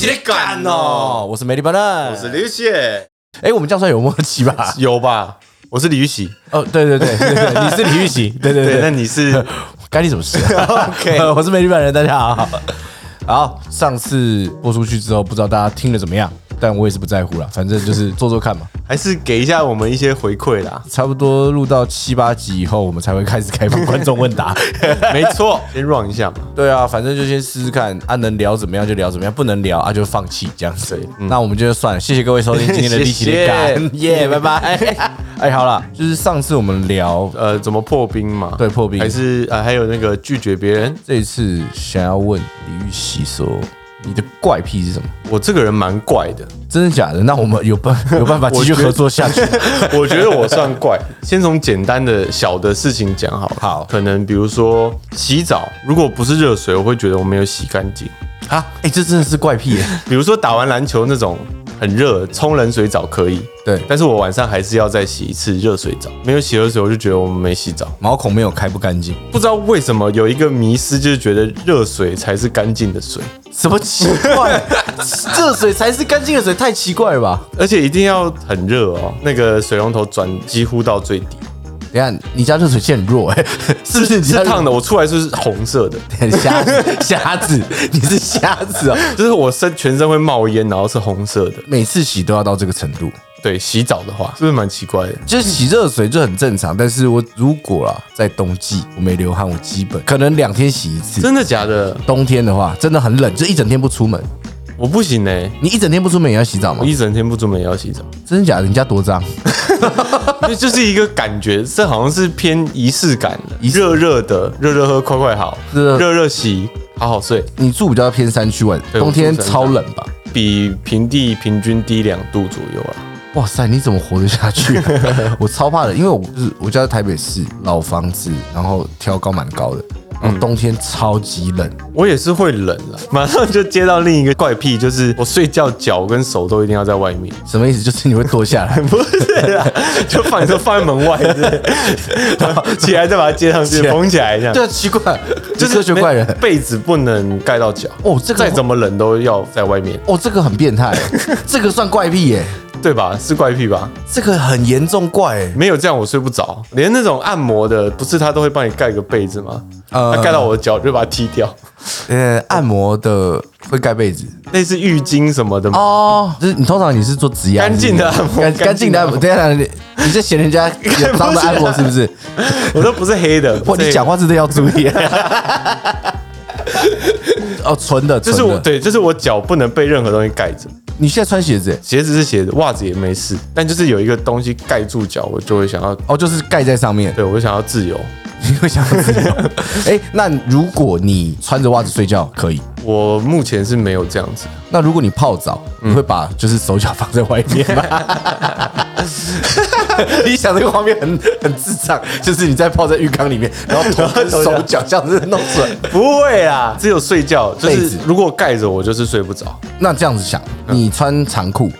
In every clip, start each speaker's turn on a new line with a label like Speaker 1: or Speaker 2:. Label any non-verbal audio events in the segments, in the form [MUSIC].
Speaker 1: 接
Speaker 2: 干
Speaker 1: 干
Speaker 2: 哦！
Speaker 1: 哦
Speaker 2: 我是美丽笨蛋，
Speaker 1: 我是李雪，
Speaker 2: 哎，我们这样算有默契吧？
Speaker 1: 有吧？我是李玉玺，
Speaker 2: [LAUGHS] 哦，对对对对对，你是李玉 [LAUGHS] 玺，对对
Speaker 1: 对，那
Speaker 2: 对，
Speaker 1: 你是 [LAUGHS]
Speaker 2: [LAUGHS] 干你什么事啊
Speaker 1: OK
Speaker 2: [LAUGHS] 我是美丽本人，大家好。好，上次播出去之后，不知道大家听的怎么样，但我也是不在乎了，反正就是做做看嘛。
Speaker 1: 还是给一下我们一些回馈啦？
Speaker 2: [LAUGHS] 差不多录到七八集以后，我们才会开始开放观众问 [LAUGHS] 答。
Speaker 1: [LAUGHS] 没错，先 run 一下嘛。
Speaker 2: 对啊，反正就先试试看，啊能聊怎么样就聊怎么样，不能聊啊就放弃这样子。那我们就算了，谢谢各位收听今天
Speaker 1: [LAUGHS]
Speaker 2: 的
Speaker 1: 谢
Speaker 2: 力气的感，
Speaker 1: 谢 [LAUGHS]
Speaker 2: 耶，拜拜。 [LAUGHS] 哎，好了，就是上次我们聊，
Speaker 1: 呃，怎么破冰嘛？
Speaker 2: 对破冰
Speaker 1: 还是呃，还有那个拒绝别人。
Speaker 2: 这一次想要问李玉玺说，你的怪癖是什么？
Speaker 1: 我这个人蛮怪的，
Speaker 2: 真的假的？那我们有办有办法继续
Speaker 1: 我觉得
Speaker 2: 合作下去？
Speaker 1: [LAUGHS]
Speaker 2: [LAUGHS]
Speaker 1: 我觉得我算怪。先从简单的小的事情讲好了。
Speaker 2: 好
Speaker 1: 可能比如说洗澡，如果不是热水，我会觉得我没有洗干净。
Speaker 2: 啊，哎，这真的是怪癖耶。
Speaker 1: 比如说打完篮球那种很热，冲冷水澡可以，
Speaker 2: 对
Speaker 1: 但是我晚上还是要再洗一次热水澡。没有洗热水，我就觉得我们没洗澡。
Speaker 2: 毛孔没有开不干净，
Speaker 1: 不知道为什么有一个迷思，就是觉得热水才是干净的水，
Speaker 2: 什么奇怪？热水才是干净的水，太奇怪了吧？
Speaker 1: 而且一定要很热哦。那个水龙头转几乎到最低，
Speaker 2: 等一下，你家热水器很弱哎，是不是？你家
Speaker 1: 是烫的，我出来就是红色
Speaker 2: [LAUGHS]
Speaker 1: 的，
Speaker 2: 瞎子，瞎子， [LAUGHS] 你是瞎子哦！
Speaker 1: 就是我身全身会冒烟，然后是红色的。
Speaker 2: 每次洗都要到这个程度，
Speaker 1: 对，洗澡的话是不是蛮奇怪的？
Speaker 2: 就是洗热水就很正常。但是我如果啦，在冬季我没流汗，我基本可能两天洗一次。
Speaker 1: 真的假的？
Speaker 2: 冬天的话，真的很冷，就一整天不出门。
Speaker 1: 我不行哎、
Speaker 2: 你一整天不出门也要洗澡吗
Speaker 1: 我？一整天不出门也要洗澡。
Speaker 2: 真的假的？你家多脏？
Speaker 1: [LAUGHS] 就就是一个感觉，这好像是偏仪式感的，
Speaker 2: 仪式
Speaker 1: 热热的，热热喝，快快好，
Speaker 2: 热
Speaker 1: 热热洗，好好睡，
Speaker 2: 你住比较偏山区，晚
Speaker 1: 对我
Speaker 2: 冬
Speaker 1: 住
Speaker 2: 天
Speaker 1: 山上
Speaker 2: 超冷吧？
Speaker 1: 比平地平均低两度左右啊。
Speaker 2: 哇塞，你怎么活得下去、啊 [LAUGHS] 我超怕冷，因为我就是我家在台北市老房子，然后挑高蛮高的，然后
Speaker 1: 嗯
Speaker 2: 冬天超级冷。啊
Speaker 1: 我也是会冷了， [LAUGHS] 马上就接到另一个怪癖，就是我睡觉脚跟手都一定要在外
Speaker 2: [LAUGHS]
Speaker 1: 面，
Speaker 2: 什么意思？就是你会脱下来，
Speaker 1: 不是啊，就放就放在门外，是不
Speaker 2: [LAUGHS]
Speaker 1: 是然后起来再把它接上去
Speaker 2: 起，来
Speaker 1: 封起来这样。
Speaker 2: [LAUGHS] 对，啊奇怪，
Speaker 1: 就
Speaker 2: 就是是科学怪人
Speaker 1: 没。被子不能盖到脚
Speaker 2: 哦这个
Speaker 1: 再怎么冷都要在外面，
Speaker 2: 哦，这个很变态， [LAUGHS] 这个算怪癖耶，
Speaker 1: 对吧？是怪癖吧？
Speaker 2: 这个很严重怪欸耶。
Speaker 1: 没有这样我睡不着，连那种按摩的，不是他都会帮你盖个被子吗？
Speaker 2: 呃
Speaker 1: 他盖到我的脚就把它踢掉， [LAUGHS]
Speaker 2: 呃，按摩的会盖被子
Speaker 1: 类似浴巾什么的吗？
Speaker 2: 哦，就是你通常你是做指压
Speaker 1: 干净的按摩
Speaker 2: 干干净的按摩。
Speaker 1: 干
Speaker 2: 等一下，你你在嫌人家 [LAUGHS] 有脏的按摩是不是？啊
Speaker 1: 我都不是黑的，
Speaker 2: 哇，
Speaker 1: 不是黑
Speaker 2: 你
Speaker 1: 的
Speaker 2: 讲话真的要注 [LAUGHS] 意。哦，纯的，
Speaker 1: 就是
Speaker 2: 纯
Speaker 1: 我
Speaker 2: 的
Speaker 1: 对，就是我脚不能被任何东西盖着，
Speaker 2: 你现在穿鞋子耶，
Speaker 1: 鞋子是鞋子，袜子也没事，但就是有一个东西盖住脚，我就会想要，
Speaker 2: 哦，就是盖在上面，
Speaker 1: 对我就想要自由。
Speaker 2: 你会想要自由。 [LAUGHS] 哎，那如果你穿着袜子睡觉可以，
Speaker 1: 我目前是没有这样子，
Speaker 2: 那如果你泡澡，你会把就是手脚放在外面吗？ [LAUGHS] 你想这个画面很很智障，就是你在泡在浴缸里面，然后头跟
Speaker 1: 头
Speaker 2: 手脚这样子弄出来。
Speaker 1: 不会啊，只有睡觉，就
Speaker 2: 被
Speaker 1: 是
Speaker 2: 子
Speaker 1: 如果盖着我就是睡不着，
Speaker 2: 那这样子想，你穿长裤，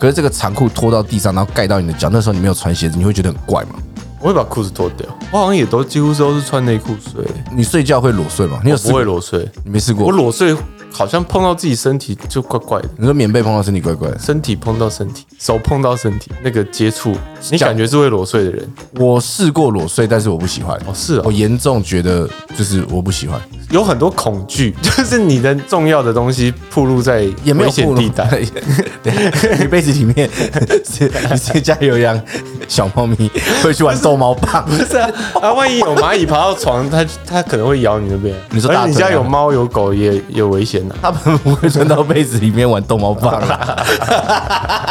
Speaker 2: 可是这个长裤拖到地上，然后盖到你的脚，那时候你没有穿鞋子，你会觉得很怪吗？
Speaker 1: 我会把裤子脱掉。我好像也都几乎都是穿内裤睡，
Speaker 2: 你睡觉会裸睡吗？你有试
Speaker 1: 不
Speaker 2: 过？
Speaker 1: 会裸睡。
Speaker 2: 你没试
Speaker 1: 我
Speaker 2: 过？
Speaker 1: 裸睡好像碰到自己身体就怪怪的，
Speaker 2: 你说棉被碰到身体怪怪的。
Speaker 1: 身体碰到身体，手碰到身体，那个接触，你
Speaker 2: 脚
Speaker 1: 感觉是会裸睡的人
Speaker 2: 我试过裸睡，但是啊我不喜欢。
Speaker 1: 哦，是
Speaker 2: 我
Speaker 1: 哦，
Speaker 2: 严重觉得就是我不喜欢，
Speaker 1: 有很多恐惧， [LAUGHS] 就是你的重要的东西暴露在
Speaker 2: 也没
Speaker 1: 危
Speaker 2: 有
Speaker 1: 险
Speaker 2: 暴露。
Speaker 1: 地带
Speaker 2: [LAUGHS]
Speaker 1: [LAUGHS]
Speaker 2: 等一下你被子里面 [LAUGHS] 是你是家里有养小猫咪，会去玩逗猫棒。
Speaker 1: 不是啊，啊，万一有蚂蚁爬到床，它它可能会咬你那边。
Speaker 2: 你说
Speaker 1: 而
Speaker 2: 大
Speaker 1: 且你
Speaker 2: 腿
Speaker 1: 家
Speaker 2: 啊
Speaker 1: 有猫有狗也也有危险呐、啊
Speaker 2: 他们不会钻到被子里面玩逗猫棒啦。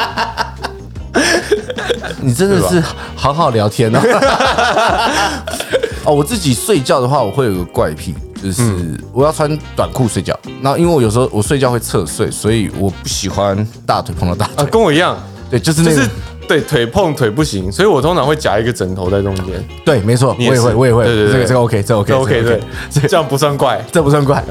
Speaker 2: 你真的是好好聊天哦。哦，我自己睡觉的话，我会有个怪癖，
Speaker 1: 嗯
Speaker 2: 就是我要穿短裤睡觉。那因为我有时候我睡觉会侧睡，所以我不喜欢大腿碰到大
Speaker 1: 啊，
Speaker 2: 腿。
Speaker 1: 跟我一样，
Speaker 2: 对，就是
Speaker 1: 就
Speaker 2: 那
Speaker 1: 是
Speaker 2: 个，
Speaker 1: 对腿碰腿不行，所以我通常会夹一个枕头在中间。
Speaker 2: 对，没错，我
Speaker 1: 你也
Speaker 2: 也
Speaker 1: 是
Speaker 2: 会，我也会，
Speaker 1: 对对对
Speaker 2: 这个这个 OK，这个 OK，
Speaker 1: 这 OK
Speaker 2: 这个
Speaker 1: 对，这样不算怪。
Speaker 2: 这不算怪。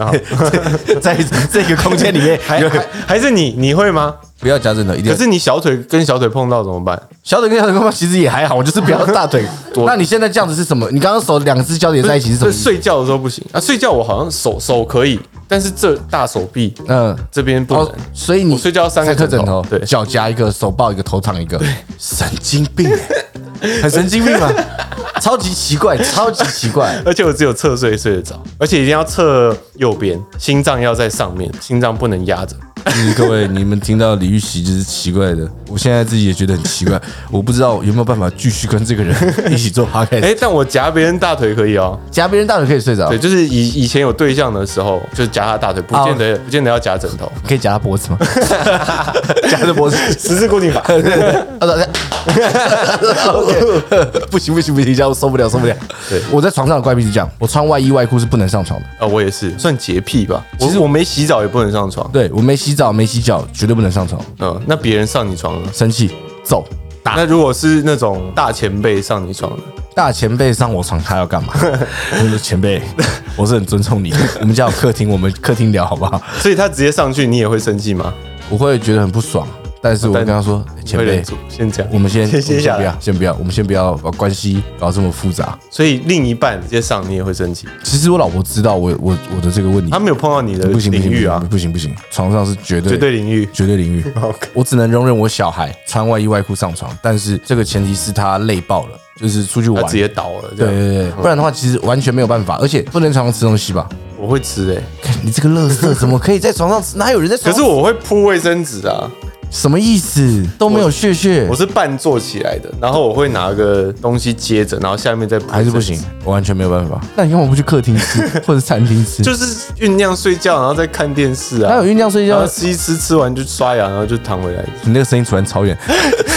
Speaker 2: [LAUGHS] 在这个空间里面，
Speaker 1: [LAUGHS] 还
Speaker 2: 有
Speaker 1: 还还是你你会吗？
Speaker 2: 不要夹枕头，一定
Speaker 1: 可
Speaker 2: 要
Speaker 1: 是你小腿跟小腿碰到怎么办？
Speaker 2: 小腿跟小腿碰碰其实也还好，我就是不要
Speaker 1: [LAUGHS]
Speaker 2: 大腿
Speaker 1: 我。
Speaker 2: 那你现在这样子是什么？你刚刚手两只交叠在一起是什
Speaker 1: 就
Speaker 2: 么意思？
Speaker 1: 睡觉的时候不行啊，睡觉我好像手手可以，但是这大手臂
Speaker 2: 嗯，
Speaker 1: 这边不能
Speaker 2: 哦，，所以你
Speaker 1: 我睡觉三个
Speaker 2: 三颗
Speaker 1: 枕头
Speaker 2: 头，
Speaker 1: 对
Speaker 2: 脚夹一个，手抱一个，头躺一个，神经
Speaker 1: [LAUGHS]
Speaker 2: 病欸，很神经
Speaker 1: 啊
Speaker 2: 病吧？ [LAUGHS] 超级奇怪，超级奇怪。
Speaker 1: 而且我只有侧睡睡得着，而且一定要侧右边，心脏要在上面，心脏不能压着。
Speaker 2: 嗯各位，你们听到李玉玺就是奇怪的，我现在自己也觉得很奇怪，我不知道有没有办法继续跟这个 [LAUGHS] 人一起做 podcast。
Speaker 1: 哎、但我夹别人大腿可以哦。
Speaker 2: 夹别人大腿可以睡着
Speaker 1: 对，，就是以以前有对象的时候，就是夹他大腿，不见得、不见得要夹枕头。
Speaker 2: 可以夹他脖 [LAUGHS] 子吗？夹着 [LAUGHS] 脖子，
Speaker 1: [LAUGHS] 十字固定法，
Speaker 2: 啊等一下 OK，不行不行不行，这样我受不了受不了。
Speaker 1: 对
Speaker 2: 我在床上的怪癖是这样，我穿外衣外裤是不能上床的。
Speaker 1: 啊，我也是算洁癖吧。其实我没洗澡也不能上床。
Speaker 2: 对我没洗澡没洗脚，绝对不能上床，
Speaker 1: 嗯，那别人上你床了，
Speaker 2: 生气揍。
Speaker 1: 那如果是那种大前辈上你床呢？
Speaker 2: 大前辈上我床，他要干 [LAUGHS] 嘛？我说前辈，我是很尊重你。我们家有客厅，我们客厅聊好不好？
Speaker 1: 所以他直接上去，你也会生气吗？
Speaker 2: 我会觉得很不爽，但是我跟他说，欸
Speaker 1: 哦
Speaker 2: 前
Speaker 1: 会忍
Speaker 2: 辈，
Speaker 1: 住，先这样。
Speaker 2: 我们先我
Speaker 1: 先
Speaker 2: 们
Speaker 1: 歇
Speaker 2: 先
Speaker 1: 下
Speaker 2: 不
Speaker 1: 来。
Speaker 2: 要，先不要，我们先不要把关系搞这么复杂。
Speaker 1: 所以另一半直接上你也会生气，
Speaker 2: 其实我老婆知道我我我的这个问题
Speaker 1: 他，没有碰到你的
Speaker 2: 不行不
Speaker 1: 领
Speaker 2: 行不
Speaker 1: 域
Speaker 2: 行
Speaker 1: 啊，
Speaker 2: 不行不行，床上是绝对
Speaker 1: 绝对领域。
Speaker 2: 绝对领域。我只能容忍我小孩穿外衣外裤上床，但是这个前提是他累爆了，就是出去
Speaker 1: 他
Speaker 2: 玩。
Speaker 1: 直接倒了，这
Speaker 2: 对
Speaker 1: 样
Speaker 2: 对对，不然的话其实完全没有办法，而且不能在床上吃东西吧？
Speaker 1: 我会吃哎、
Speaker 2: 看你这个乐色怎么可以在床上吃？哪有人在
Speaker 1: 可
Speaker 2: 床
Speaker 1: 是
Speaker 2: 上？
Speaker 1: 我会铺卫生纸啊，
Speaker 2: 什么意思？都没有血血
Speaker 1: 我，是半坐起来的，然后我会拿个东西接着，然后下面再铺
Speaker 2: 还是不
Speaker 1: 卫生
Speaker 2: 行
Speaker 1: 纸，，
Speaker 2: 我完全没有办法。那你干嘛不去客厅吃 [LAUGHS] 或者餐厅吃？
Speaker 1: 就是酝酿睡觉，然后再看电视
Speaker 2: 哪
Speaker 1: 啊
Speaker 2: 有，酝酿睡
Speaker 1: 然后
Speaker 2: 觉？
Speaker 1: 吃一吃，吃完就刷牙，然后就躺回
Speaker 2: [LAUGHS]
Speaker 1: 来，
Speaker 2: 呃你那个声音突然超远，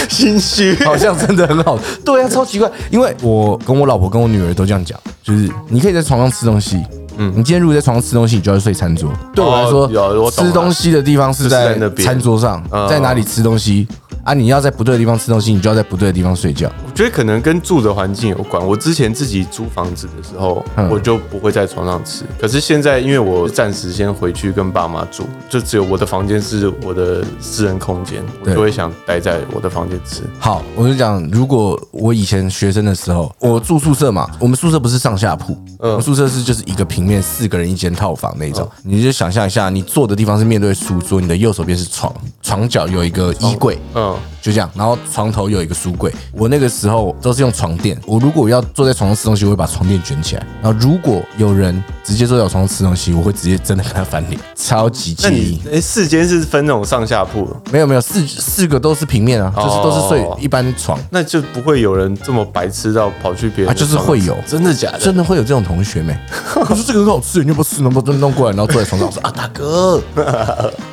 Speaker 1: 心虚。
Speaker 2: 好像真的很好。 [LAUGHS] 对啊，超奇怪，因为我跟我老婆跟我女儿都这样讲，就是你可以在床上吃东西，嗯，你今天如果在床上吃东西，你就要睡餐桌。对哦我来
Speaker 1: 有我
Speaker 2: 说，
Speaker 1: 懂了
Speaker 2: 吃东西的地方是
Speaker 1: 就是在
Speaker 2: 在
Speaker 1: 那边
Speaker 2: 餐桌上
Speaker 1: 嗯，
Speaker 2: 在哪里吃东西啊？你要在不对的地方吃东西，你就要在不对的地方睡觉。
Speaker 1: 我觉得可能跟住的环境有关。我之前自己租房子的时候，
Speaker 2: 嗯
Speaker 1: 我就不会在床上吃。可是现在，因为我暂时先回去跟爸妈住，就只有我的房间是我的私人空间，我
Speaker 2: 对
Speaker 1: 就会想待在我的房间吃。
Speaker 2: 好，我就讲，如果我以前学生的时候，我住宿舍嘛，我们宿舍不是上下铺，
Speaker 1: 嗯
Speaker 2: 我们宿舍是就是一个平面，四个人一间套房那种。
Speaker 1: 嗯
Speaker 2: 你就想象一下，你坐的地方是面对书桌，你的右手边是床，床角有一个衣柜。
Speaker 1: 嗯，
Speaker 2: 就这样，然后床头有一个书柜。我那个时候都是用床垫。我如果要坐在床上吃东西，我会把床垫卷起来。然后如果有人直接坐在我床上吃东西，我会直接真的跟他翻脸，超级
Speaker 1: 那
Speaker 2: 介意
Speaker 1: 你。哎，四间是分那种上下铺的，
Speaker 2: 没有没有，四四个都是平面啊，就是都是
Speaker 1: 哦
Speaker 2: 睡一般床。
Speaker 1: 那就不会有人这么白痴到跑去别人的
Speaker 2: 啊就是
Speaker 1: 床上
Speaker 2: 会
Speaker 1: 吃
Speaker 2: 有
Speaker 1: 真的假的？
Speaker 2: 真的会有这种同学没？ [LAUGHS] 我说这个很好吃，你就不吃，能不能弄过来？然后坐在床上，我说啊，大 [LAUGHS] 哥，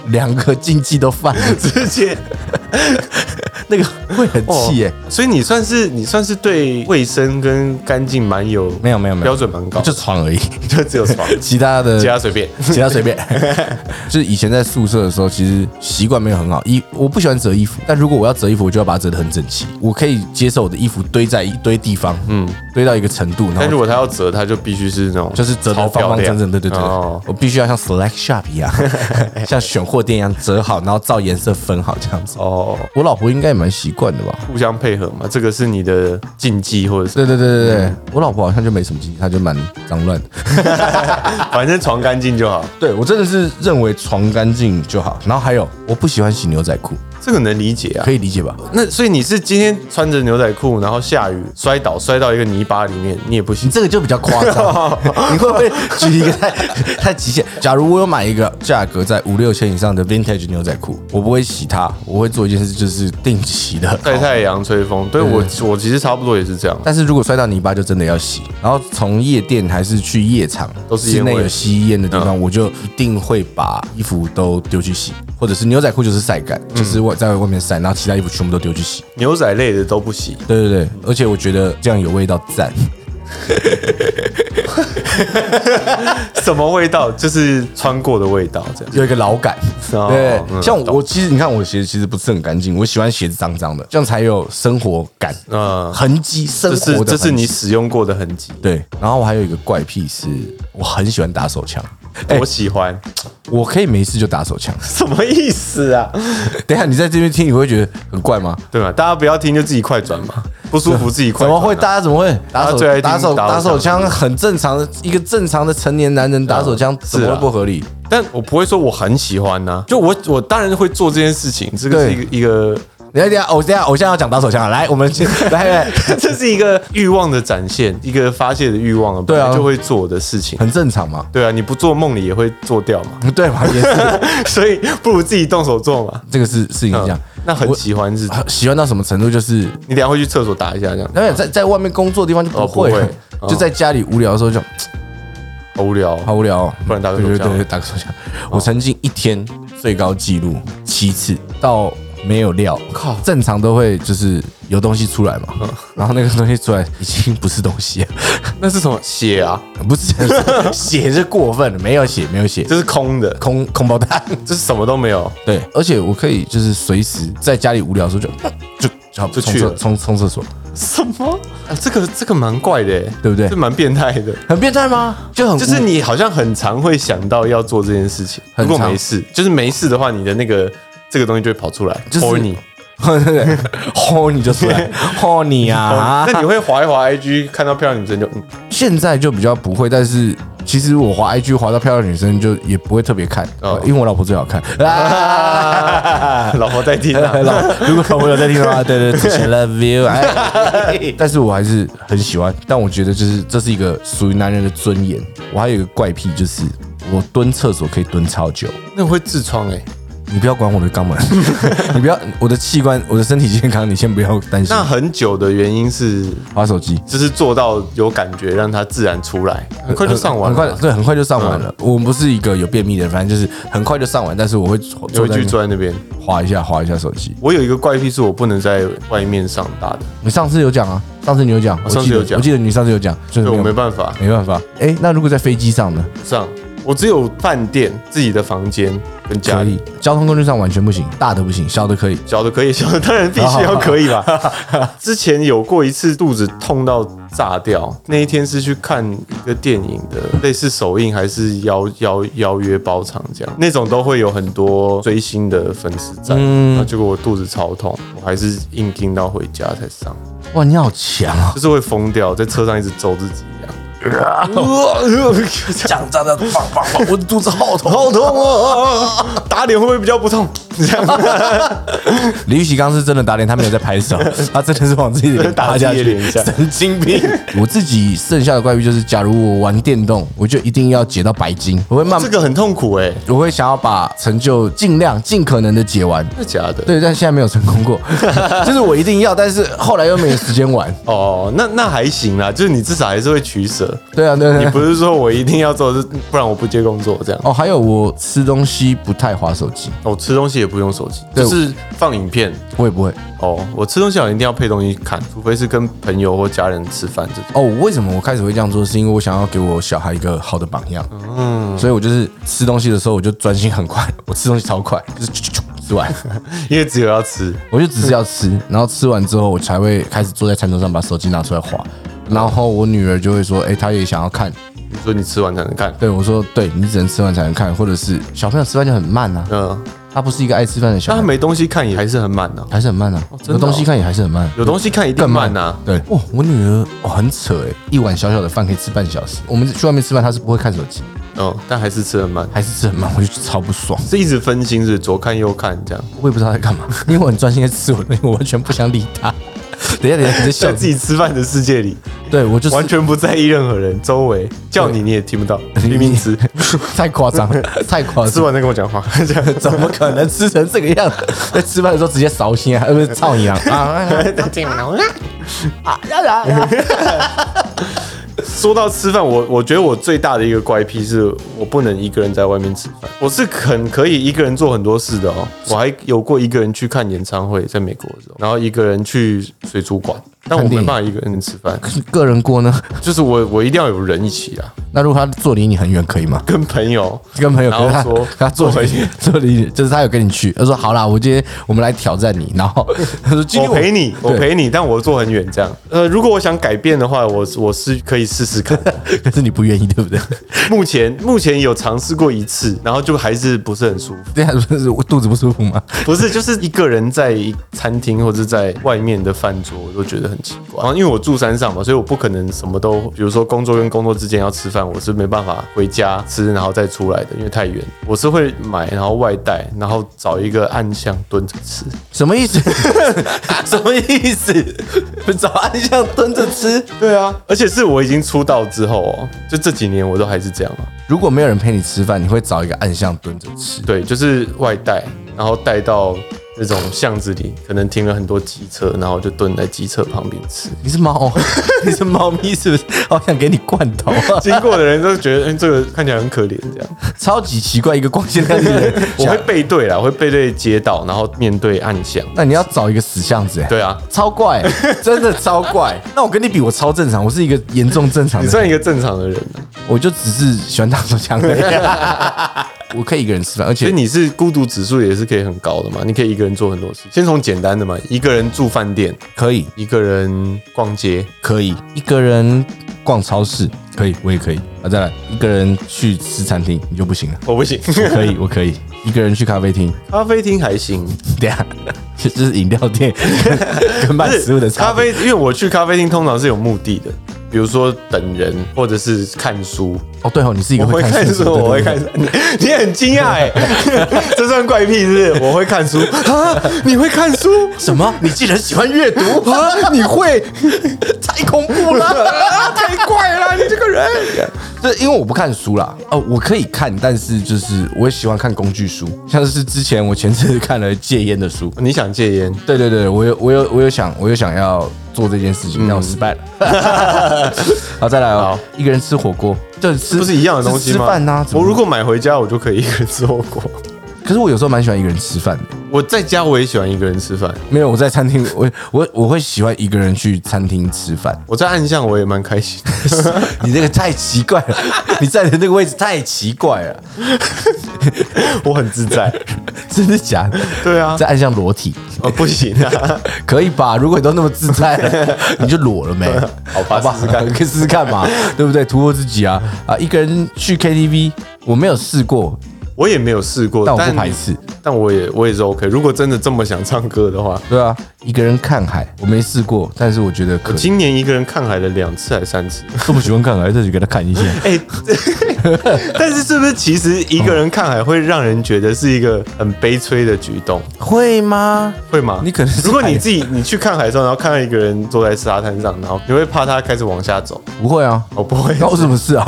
Speaker 2: 两个禁忌都犯了，
Speaker 1: 直接哦
Speaker 2: 那个会很气耶、
Speaker 1: 所以你算是你算是对卫生跟干净蛮有
Speaker 2: 没有没有没有
Speaker 1: 标准蛮高，
Speaker 2: 就
Speaker 1: 就
Speaker 2: 床而已，
Speaker 1: [LAUGHS] 就只有
Speaker 2: [LAUGHS]
Speaker 1: 床，
Speaker 2: 其他的
Speaker 1: 其他随
Speaker 2: [LAUGHS]
Speaker 1: 便。
Speaker 2: 其他
Speaker 1: [LAUGHS]
Speaker 2: 随便。就是以前在宿舍的时候，其实习惯没有很好，衣我不喜欢折衣服，但如果我要折衣服，我就要把它折得很整齐。我可以接受我的衣服堆在一堆地方，嗯，堆到一个程度，然
Speaker 1: 但
Speaker 2: 后
Speaker 1: 如。果他要折，他就必须是那种
Speaker 2: 就是折得
Speaker 1: 超
Speaker 2: 方
Speaker 1: 漂
Speaker 2: 方
Speaker 1: 亮
Speaker 2: 正正，对对对，
Speaker 1: 哦
Speaker 2: 我必须要像 select shop 一样， [LAUGHS] 像选货店一样折好，然后照颜色分好这样子。
Speaker 1: 哦，
Speaker 2: 我老婆应该也蛮习惯的吧？
Speaker 1: 互相配合嘛，这个是你的禁忌或者
Speaker 2: [LAUGHS]
Speaker 1: 是
Speaker 2: 对对对对对，嗯我老婆好像就没什么经验，她就蛮脏乱的。
Speaker 1: 反正床干净就好，
Speaker 2: [LAUGHS] 对我真的是认为床干净就好。然后还有，我不喜欢洗牛仔裤，
Speaker 1: 这个能理解啊
Speaker 2: 可。以理解吧？
Speaker 1: 那所以你是今天穿着牛仔裤，然后下雨摔倒，摔到一个泥巴里面，你也不
Speaker 2: 你
Speaker 1: 行。
Speaker 2: 这个就比较夸张， [LAUGHS] 你会不会举一个太太极限？假如我有买一个价格在五六千以上的 vintage 牛仔裤，我不会洗它，我会做一件事，就是定期的。
Speaker 1: 晒太阳、吹
Speaker 2: 嗯
Speaker 1: 风，对我我其实差不多也是这样。
Speaker 2: 但是如果摔到泥巴，就真的要洗。然后从夜店还是去夜场，
Speaker 1: 都是
Speaker 2: 室
Speaker 1: 烟味嗯
Speaker 2: 内有吸烟的地方，我就一定会把衣服都丢去洗，或者是牛仔裤就是晒干，
Speaker 1: 嗯
Speaker 2: 就是我在外面晒，然后其他衣服全部都丢去洗。
Speaker 1: 牛仔类的都不洗， [LAUGHS]
Speaker 2: 对对对，而且我觉得这样有味道，赞。
Speaker 1: 什么味道？就是穿过的味道，这样。
Speaker 2: 有一个老感。
Speaker 1: 哦
Speaker 2: 对
Speaker 1: 嗯，
Speaker 2: 像我其实你看我鞋子其实不是很干净，我喜欢鞋子脏脏的，这样才有生活感，
Speaker 1: 嗯
Speaker 2: 痕迹，生
Speaker 1: 这
Speaker 2: 活
Speaker 1: 是
Speaker 2: 的痕迹
Speaker 1: 这是你使用过的痕迹，
Speaker 2: 对。然后我还有一个怪癖是，我很喜欢打手枪。
Speaker 1: 我喜欢。
Speaker 2: 我可以没事就打手枪，
Speaker 1: 什么意思啊？
Speaker 2: 等一下你在这边听，你会觉得很怪吗？
Speaker 1: 对吧？大家不要听就自己快转
Speaker 2: [LAUGHS]
Speaker 1: 嘛，不舒服自己快
Speaker 2: 怎
Speaker 1: 转啊、
Speaker 2: 么会？大家怎么会打
Speaker 1: 最爱听
Speaker 2: 手打手
Speaker 1: 打手
Speaker 2: 打手
Speaker 1: 枪啊
Speaker 2: 枪？很正常的一个正常的成年男人打手枪，怎么会不合理？
Speaker 1: 但我不会说我很喜欢呐、就我我当然会做这件事情，这个是一个一
Speaker 2: [LAUGHS]
Speaker 1: 个，
Speaker 2: 等一下等一下，偶像偶像要讲打手枪啊！来，
Speaker 1: [LAUGHS]
Speaker 2: 我们先来来，
Speaker 1: 这是一个欲望的展现，一个发泄的欲望啊，
Speaker 2: 对啊
Speaker 1: 本来就会做的事情。
Speaker 2: 很正常嘛，
Speaker 1: 对啊，你不做梦里也会做掉
Speaker 2: [LAUGHS]
Speaker 1: 嘛，
Speaker 2: 不对嘛，也是
Speaker 1: 所以不如自己动手做嘛。
Speaker 2: 这个是事情是这
Speaker 1: [LAUGHS]
Speaker 2: 样啊
Speaker 1: 嗯。，那很喜欢是，
Speaker 2: 喜欢到什么程度？就是
Speaker 1: 你等一下会去厕所打一下这样，
Speaker 2: 那在在外面工作的地方就不
Speaker 1: 哦不
Speaker 2: 会，
Speaker 1: 会哦
Speaker 2: 就在家里无聊的时候就
Speaker 1: 好无聊哦。
Speaker 2: 好无聊、哦，
Speaker 1: 不然打个手
Speaker 2: 对对
Speaker 1: 枪
Speaker 2: 对，打个手枪。
Speaker 1: 哦
Speaker 2: 我曾经一天最高纪录七次，到没有料，
Speaker 1: 靠嗯
Speaker 2: 正常都会就是有东西出来嘛，然后那个东西出来已经不是东西了， [LAUGHS]
Speaker 1: 那是什么血啊？
Speaker 2: 不是血是过分了，没有血，没有血，
Speaker 1: 这是空的，
Speaker 2: 空空包弹。
Speaker 1: 这是什么都没有。
Speaker 2: [LAUGHS] 对，而且我可以就是随时在家里无聊的时候就 [LAUGHS] 就就好
Speaker 1: 就
Speaker 2: 冲
Speaker 1: 去
Speaker 2: 厕
Speaker 1: 了
Speaker 2: 冲冲厕所，
Speaker 1: 什么？啊、这个这个蛮怪的耶，
Speaker 2: 对不对
Speaker 1: 这蛮变态的。
Speaker 2: 很变态吗？就
Speaker 1: [LAUGHS]
Speaker 2: 很
Speaker 1: 就是
Speaker 2: 无
Speaker 1: 你好像很常会想到要做这件事情，
Speaker 2: 很
Speaker 1: 如果
Speaker 2: 常
Speaker 1: 没事，就是没事的话，你的那个这个东西就会跑出来，
Speaker 2: 就是
Speaker 1: 是
Speaker 2: [LAUGHS]
Speaker 1: 你。
Speaker 2: 吼你就出
Speaker 1: [LAUGHS]
Speaker 2: 来，吼你啊！
Speaker 1: 那你会滑一滑 IG，看到漂亮女生就嗯，
Speaker 2: [LAUGHS] 现在就比较不会，但是其实我滑 IG 滑到漂亮女生就也不会特别看，呃
Speaker 1: 哦
Speaker 2: 因为我老婆最好看。 [LAUGHS] 啊
Speaker 1: 老婆在听啊，
Speaker 2: [LAUGHS] 老如果老婆有在听的 [LAUGHS] 话，对对，之前 love you，哎， [LAUGHS] 但是我还是很喜欢。但我觉得就是这是一个属于男人的尊严。我还有一个怪癖，就是我蹲厕所可以蹲超久。
Speaker 1: 那会痔疮
Speaker 2: 欸
Speaker 1: 哎。
Speaker 2: 你不要管我的肛 [LAUGHS] 门，你不要我的器官，我的身体健康，你先不要担心
Speaker 1: 那。很久的原因是，
Speaker 2: 滑手机，
Speaker 1: 就是做到有感觉，让它自然出来，很快就上完
Speaker 2: 很快
Speaker 1: 了，
Speaker 2: 对，很快就上完了。我们不是一个有便秘的人，反正就是很快就上完，但是我会坐
Speaker 1: 你会
Speaker 2: 在那
Speaker 1: 去
Speaker 2: 边
Speaker 1: 坐在那边。
Speaker 2: 划一下划一下手机。
Speaker 1: 我有一个怪癖，是我不能在外面上大的，
Speaker 2: 你上次有讲啊，上次你有讲，我
Speaker 1: 上次
Speaker 2: 记得
Speaker 1: 有讲
Speaker 2: 我记得你上次有讲，所以
Speaker 1: 对我没
Speaker 2: 办
Speaker 1: 办法
Speaker 2: 没办法。哎，那如果在飞机上呢？
Speaker 1: 上。我只有饭店自己的房间跟家
Speaker 2: 可
Speaker 1: 里
Speaker 2: 以，交通工具上完全不行，大的不行，小的可以。
Speaker 1: 小的可以，小的当然必须要可以吧。 [LAUGHS] 之前有过一次肚子痛到炸掉，那一天是去看一个电影的，类似首映还是邀邀邀约包场这样，那种都会有很多追星的粉丝在。然后结果我肚子超痛，我还是硬盯到回家才上，
Speaker 2: 哇，你好强 [LAUGHS] 啊！
Speaker 1: 就是会疯掉，在车上一直揍自己一样。
Speaker 2: 这样这样这样，棒棒棒！我的肚子好
Speaker 1: [LAUGHS]
Speaker 2: 痛。
Speaker 1: 好痛啊！ [LAUGHS] 打脸会不会比较不痛？这样
Speaker 2: [LAUGHS]
Speaker 1: [LAUGHS]
Speaker 2: 李玉玺刚刚是真的打脸，他没有在拍 [LAUGHS] 手，他真的是往自己的脸打下
Speaker 1: 打自己
Speaker 2: 去，
Speaker 1: 的脸一下
Speaker 2: 神经 [LAUGHS] 病。我自己剩下的怪癖就是，假如我玩电动，我就一定要解到白金，我会慢
Speaker 1: 这，个很痛苦哎、欸，
Speaker 2: 我会想要把成就尽量尽可能的解完。
Speaker 1: 真的假的？
Speaker 2: 对，但现在没有成功
Speaker 1: [LAUGHS]
Speaker 2: 过， [LAUGHS] 就是我一定要，但是后来又没有时间玩。
Speaker 1: 哦，那那还行啦，就是你至少还是会取 [LAUGHS] 舍。
Speaker 2: 对啊，对啊对
Speaker 1: 你
Speaker 2: 啊。
Speaker 1: 不是说我一定要做，是不然我不接工作这样。
Speaker 2: 哦，还有我吃东西不太划手机，
Speaker 1: 哦我吃东西也不用手机，
Speaker 2: 对
Speaker 1: 就是放影片。
Speaker 2: 我也不会。
Speaker 1: 哦，我吃东西好像一定要配东西看，除非是跟朋友或家人吃饭这种。
Speaker 2: 哦，为什么我开始会这样做？是因为我想要给我小孩一个好的榜样。嗯，所以我就是吃东西的时候，我就专心很快， [LAUGHS] 我吃东西超快，就是啾啾啾吃完，
Speaker 1: 因为只有要吃，
Speaker 2: 我就只是要吃，然后吃完之后，我才会开始坐在餐桌上把手机拿出来划。然后我女儿就会说：“哎、她也想要看。
Speaker 1: 你说你吃完才能看”。
Speaker 2: 对我说：“对你只能吃完才能看，或者是小朋友吃饭就很慢啊，
Speaker 1: 嗯，
Speaker 2: 他不是一个爱吃饭的小
Speaker 1: 但他
Speaker 2: 孩，
Speaker 1: 没东西看也还是很慢呢、
Speaker 2: 还是很慢啊，
Speaker 1: 真的
Speaker 2: 有东西
Speaker 1: 哦
Speaker 2: 看也还是很慢。”
Speaker 1: 有东西看一定慢啊呐、
Speaker 2: 对，哇，我女儿哦很扯哎，一碗小小的饭可以吃半小时。我们去外面吃饭，她是不会看手机，
Speaker 1: 嗯，但还是吃很慢，
Speaker 2: 还是吃很 [LAUGHS] 慢，我就超不爽。
Speaker 1: 是一直分心，是不是左看右看这样，
Speaker 2: 我也不知道他在干嘛， [LAUGHS] 因为我很专心在吃我的东西，我完全不想理他。 [LAUGHS] 等一下，等一下，你在
Speaker 1: 在
Speaker 2: 笑
Speaker 1: 自己吃饭的世界里，
Speaker 2: 对我就是
Speaker 1: 完全不在意任何人，周围叫 [LAUGHS] 你你也听不到，明明吃，
Speaker 2: 太夸张
Speaker 1: [LAUGHS]
Speaker 2: 了，太夸
Speaker 1: 吃
Speaker 2: 张了。
Speaker 1: 完再跟我讲话，这样
Speaker 2: 啊 [LAUGHS] 怎么可能吃成这个样 [LAUGHS] 子？在吃饭的时候直接扫兴啊，呃，不是操你啊！啊，
Speaker 1: [LAUGHS] 说到吃饭，我我觉得我最大的一个怪癖是我不能一个人在外面吃饭。我是很可以一个人做很多事的哦，我还有过一个人去看演唱会，在美国的时候，然后一个人去水族馆，但我
Speaker 2: 看
Speaker 1: 没
Speaker 2: 电影
Speaker 1: 办法一个人吃饭，
Speaker 2: 个人锅呢？ [LAUGHS]
Speaker 1: 就是我我一定要有人一起啊，
Speaker 2: 那如果他坐离你很远可以吗？
Speaker 1: 跟朋友。
Speaker 2: 跟朋友
Speaker 1: 然后
Speaker 2: 跟他
Speaker 1: 说
Speaker 2: 他坐
Speaker 1: 坐
Speaker 2: 回
Speaker 1: 回
Speaker 2: 去
Speaker 1: 去，
Speaker 2: 坐离就是他有跟你去，他说好啦，我今天我们来挑战你，
Speaker 1: [LAUGHS]
Speaker 2: 然后他说今天
Speaker 1: 我陪你，我
Speaker 2: 对
Speaker 1: 陪你，但我坐很远这样。呃，如果我想改变的话，我我是可以试试看。
Speaker 2: 可是你不愿意，对不 [LAUGHS] 对？
Speaker 1: 目前目前有尝试过一次，然后就还是不是很舒服。
Speaker 2: 对啊，不是我肚子不舒服吗？
Speaker 1: 不是，就是一个人在餐厅或者在外面的饭桌，我都觉得很很奇怪。然后因为我住山上嘛，所以我不可能什么都，比如说工作跟工作之间要吃饭，我是没办法回家吃然后再出来的，因为太远。我是会买然后外带，然后找一个暗巷蹲着吃。
Speaker 2: 什么意思？ [LAUGHS] 什么意思？ [LAUGHS] 找暗巷蹲着吃？
Speaker 1: 对啊，而且是我已经出道之后哦，就这几年我都还是这样啊。
Speaker 2: 如果没有人陪你吃饭，你会找一个暗巷蹲着吃？
Speaker 1: 对，就是外带，然后带到那种巷子里，可能停了很多机车，然后就蹲在机车旁边吃。
Speaker 2: 你是猫，你是猫咪是不是？好想给你罐头
Speaker 1: [LAUGHS] [LAUGHS]
Speaker 2: 啊！
Speaker 1: 经过的人都觉得，嗯，这个看起来很可怜，这样。
Speaker 2: 超级奇怪，一个光鲜亮丽的人
Speaker 1: [LAUGHS] 我会背对啦，我会背对街道，然后面对暗巷。
Speaker 2: [LAUGHS] 那你要找一个死巷子、欸，
Speaker 1: 对啊，
Speaker 2: 超怪，真的超
Speaker 1: [LAUGHS]
Speaker 2: 怪。那我跟你比，我超正常，我是一个严重正常
Speaker 1: 你
Speaker 2: 的
Speaker 1: 算
Speaker 2: 人，
Speaker 1: 一个正常的人啊，
Speaker 2: 我就只是喜欢打手枪而 [LAUGHS] 已。我可以一个人吃饭，而
Speaker 1: 所以
Speaker 2: 且
Speaker 1: 你是孤独指数也是可以很高的嘛，你可以一个人做很多事。先从简单的嘛，一个人住饭店，
Speaker 2: 可以
Speaker 1: 一个人逛街，
Speaker 2: 可以一个人逛超市，可以，我也可以。啊，再来一个人去吃餐厅，你就不行了。
Speaker 1: 哦我不行。
Speaker 2: 我可 [LAUGHS] 以，我可以一个人去咖啡厅。
Speaker 1: [LAUGHS]
Speaker 2: [LAUGHS]
Speaker 1: 咖啡厅还行，
Speaker 2: 对啊，这就是饮料 [LAUGHS] 店跟卖食物的差
Speaker 1: 咖
Speaker 2: 别。
Speaker 1: 啡，因为我去咖啡厅通常是有目的的，比如说等人或者是看书。
Speaker 2: 哦，对哦，你是一个
Speaker 1: 我会
Speaker 2: 会看
Speaker 1: 看
Speaker 2: 书
Speaker 1: 书，
Speaker 2: 的，
Speaker 1: 我会
Speaker 2: 对
Speaker 1: 看。书。 [LAUGHS] 你你很惊讶哎， [LAUGHS] 这算怪癖是不是？我会看
Speaker 2: [LAUGHS]
Speaker 1: 书啊，你会看书？
Speaker 2: 什么？你竟然喜欢阅读？
Speaker 1: 啊，你会？
Speaker 2: [LAUGHS] 太恐怖 [LAUGHS] 了！
Speaker 1: 啊太怪了，你这个人。
Speaker 2: 这因为我不看书啦，哦，我可以看，但是就是我也喜欢看工具书，像是之前我前次看了戒烟的书。
Speaker 1: 你想戒烟？
Speaker 2: 对对对，我有我有我有想我有想要做这件事情，但我哦失败了。 [LAUGHS] 好，再来哦，一个人吃火锅，就是吃
Speaker 1: 嗯不是一样的东西
Speaker 2: 吃
Speaker 1: 吗？
Speaker 2: 饭呐、怎么
Speaker 1: 我如果买回家，我就可以一个人吃火锅。
Speaker 2: 可是我有时候蛮喜欢一个人吃饭的。
Speaker 1: [LAUGHS] 我在家我也喜欢一个人吃饭，
Speaker 2: 没有，我在餐厅，我我我会喜欢一个人去餐厅吃饭。 [LAUGHS]
Speaker 1: 我在暗巷我也蛮开心的。
Speaker 2: 你这个太奇怪了，你站的那个位置太奇怪了， [LAUGHS]
Speaker 1: 我很自在。
Speaker 2: 真的假的？
Speaker 1: 对啊
Speaker 2: 在暗巷裸体
Speaker 1: [LAUGHS] 哦，不行
Speaker 2: [LAUGHS]
Speaker 1: 啊，
Speaker 2: 可以吧？如果你都那么自在 [LAUGHS] 了，你就裸了没？
Speaker 1: 好吧试试看
Speaker 2: [LAUGHS] 可以试试看嘛，对不对？突破自己啊啊！一个人去 KTV，我没有试过，
Speaker 1: 我也没有试过，
Speaker 2: 但我不排斥。
Speaker 1: 但我也我也是 OK。如果真的这么想唱歌的话，
Speaker 2: 对啊，一个人看海，我没试过，但是我觉得可以。
Speaker 1: 今年一个人看海了两次还三次。
Speaker 2: 这么喜欢看海，这就给他看一下。
Speaker 1: [LAUGHS] 哎、但是是不是其实一个人看海会让人觉得是一个很悲催的举动，
Speaker 2: [LAUGHS] 会吗？
Speaker 1: 会吗？
Speaker 2: 你可能是
Speaker 1: 如果
Speaker 2: 海
Speaker 1: 你自己你去看海的时候，然后看到一个人坐在沙滩上，然后你会怕他开始往下走？
Speaker 2: 不会 [LAUGHS] 啊，
Speaker 1: 我不 [LAUGHS] 会，
Speaker 2: 关我什么 [LAUGHS] 事啊？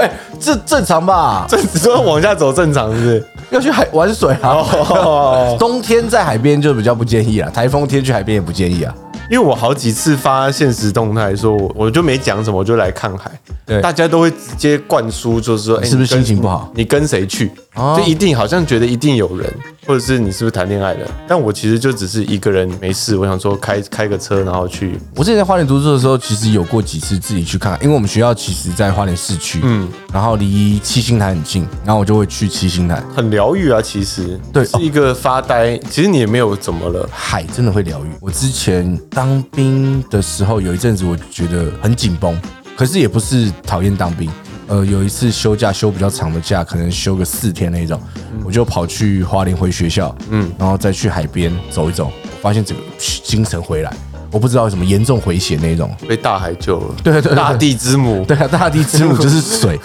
Speaker 2: 哎、这正常吧？
Speaker 1: 这只说往下走正常是不是？
Speaker 2: 要去海玩水啊。
Speaker 1: 哦，
Speaker 2: [LAUGHS] 冬天在海边就比较不建议啊，台风天去海边也不建议啊。
Speaker 1: 因为我好几次发现实动态说，我我就没讲什么，我就来看海，
Speaker 2: 对
Speaker 1: 大家都会直接灌输，就是说，哎、
Speaker 2: 是不
Speaker 1: 你
Speaker 2: 是
Speaker 1: 跟
Speaker 2: 心情不好
Speaker 1: 你跟谁去？
Speaker 2: 哦
Speaker 1: 就一定好像觉得一定有人，或者是你是不是谈恋爱了？但我其实就只是一个人没事，我想说开开个车，然后去，
Speaker 2: 我之前在花莲读书的时候，其实有过几次自己去看，因为我们学校其实在花莲市区，嗯，然后离七星潭很近，然后我就会去七星潭。
Speaker 1: 很疗愈啊。其实
Speaker 2: 对哦
Speaker 1: 是一个发呆，其实你也没有怎么了。
Speaker 2: 海真的会疗愈。我之前当兵的时候，有一阵子我觉得很紧绷，可是也不是讨厌当兵。呃，有一次休假休比较长的假，可能休个四天那种，我就跑去花莲回学校，嗯，然后再去海边走一走，我发现整个精神回来。我不知道为什么严重回血那种，
Speaker 1: 被大海救了，
Speaker 2: [LAUGHS] 对对对对
Speaker 1: 大地之
Speaker 2: [LAUGHS]
Speaker 1: 母，
Speaker 2: 对啊，大地之母就是水，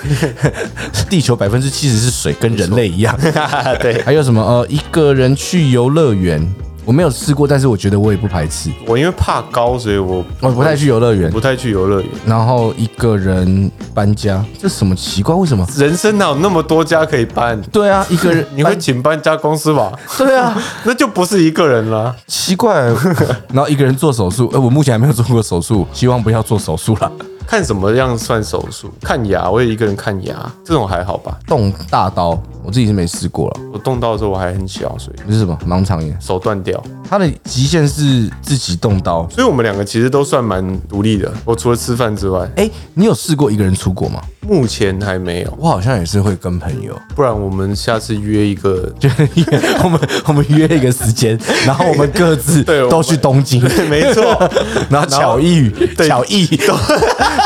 Speaker 2: 地球百分之七十是水，跟人类一样。
Speaker 1: [LAUGHS] 对，
Speaker 2: 还有什么呃，一个人去游乐园，我没有试过，但是我觉得我也不排斥，
Speaker 1: 我因为怕高，所以我
Speaker 2: 我不太去游乐园
Speaker 1: 不。太去游乐园。
Speaker 2: 然后一个人搬家，这什么奇怪？为什么？
Speaker 1: 人生哪有那么多家可以搬？
Speaker 2: 对啊，一个人
Speaker 1: 你会
Speaker 2: 搬
Speaker 1: 请搬家公司
Speaker 2: [LAUGHS]
Speaker 1: 吧？
Speaker 2: 对啊，
Speaker 1: 那就不是一个人了。
Speaker 2: 奇怪。 [LAUGHS] 然后一个人做手术，哎、我目前还没有做过手术，希望不要做手术啦。
Speaker 1: 看什么样算手术？看牙，我也一个人看牙，这种还好吧？
Speaker 2: 动大刀，我自己是没试过了。
Speaker 1: 我动刀的时候我还很小，所以
Speaker 2: 这是什么盲肠炎？
Speaker 1: 手断掉。
Speaker 2: 它的极限是自己动刀。
Speaker 1: 所以我们两个其实都算蛮独立的。我除了吃饭之外，
Speaker 2: 哎、你有试过一个人出国吗？
Speaker 1: 目前还没有。
Speaker 2: 我好像也是会跟朋友， [LAUGHS]
Speaker 1: 不然我们下次约一个，
Speaker 2: 就是我们我们约一个时间，然后我们各
Speaker 1: [LAUGHS]
Speaker 2: 自
Speaker 1: 对我们
Speaker 2: 都去东京，
Speaker 1: 没错，
Speaker 2: [LAUGHS] 然后巧遇
Speaker 1: 对
Speaker 2: 巧遇，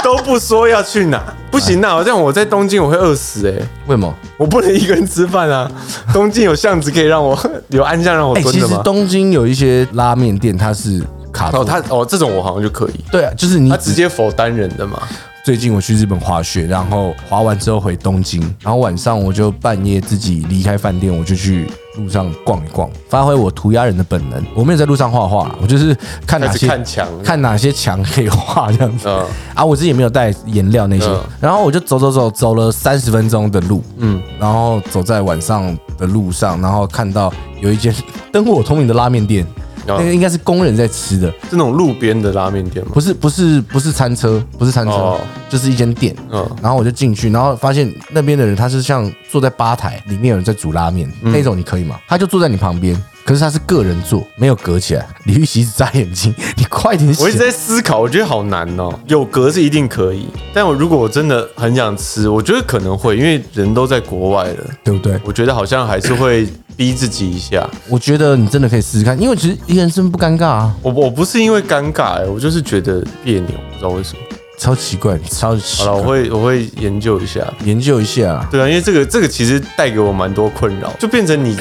Speaker 1: 都不说要去哪，不行啊！这样我在东京我会饿死哎、
Speaker 2: [LAUGHS] 为什么？
Speaker 1: 我不能一个人吃饭啊！东京有巷子可以让我有暗巷让我
Speaker 2: 哎、
Speaker 1: 蹲
Speaker 2: 其
Speaker 1: 的
Speaker 2: 实
Speaker 1: 吗？
Speaker 2: 东京有一些拉面店，它是卡住。
Speaker 1: 哦，他哦，这种我好像就可以。
Speaker 2: 对啊，就是你
Speaker 1: 他直接否单人的嘛，
Speaker 2: 最近我去日本滑雪，然后滑完之后回东京，然后晚上我就半夜自己离开饭店，我就去路上逛一逛，发挥我涂鸦人的本能。我没有在路上画画，我就是看哪
Speaker 1: 开
Speaker 2: 些
Speaker 1: 始看墙
Speaker 2: 看哪些墙可以画这样子。
Speaker 1: 嗯
Speaker 2: 啊，我自己也没有带颜料那些
Speaker 1: 嗯，
Speaker 2: 然后我就走走走，走了三十分钟的路，嗯，然后走在晚上的路上，然后看到有一间 [LAUGHS] 灯火通明的拉面店。
Speaker 1: 嗯
Speaker 2: 那个应该是工人在吃的，
Speaker 1: 这种路边的拉面店嘛。
Speaker 2: 不是不是不是餐车，不是餐车，
Speaker 1: 哦
Speaker 2: 就是一间店。
Speaker 1: 嗯
Speaker 2: 然后我就进去，然后发现那边的人他是像坐在吧台，里面有人在煮拉面、
Speaker 1: 嗯
Speaker 2: 那种，你可以吗？他就坐在你旁边，可是他是个人坐，没有隔起来。李玉玺一直眨眼睛，你快点写
Speaker 1: 我一直在思考，我觉得好难哦。有格是一定可以，但我如果我真的很想吃，我觉得可能会，因为人都在国外了，
Speaker 2: 对不对？
Speaker 1: 我觉得好像还是会逼自己一下。
Speaker 2: 我觉得你真的可以试试看，因为其实一个人生不尴尬啊，
Speaker 1: 我我不是因为尴尬、欸，我就是觉得别扭，不知道为什么。
Speaker 2: 超奇怪，超奇
Speaker 1: 好了，我
Speaker 2: 怪。
Speaker 1: 会我会研究一下。
Speaker 2: 研究一下啊，
Speaker 1: 对啊，因为这个这个其实带给我蛮多困扰，就变成你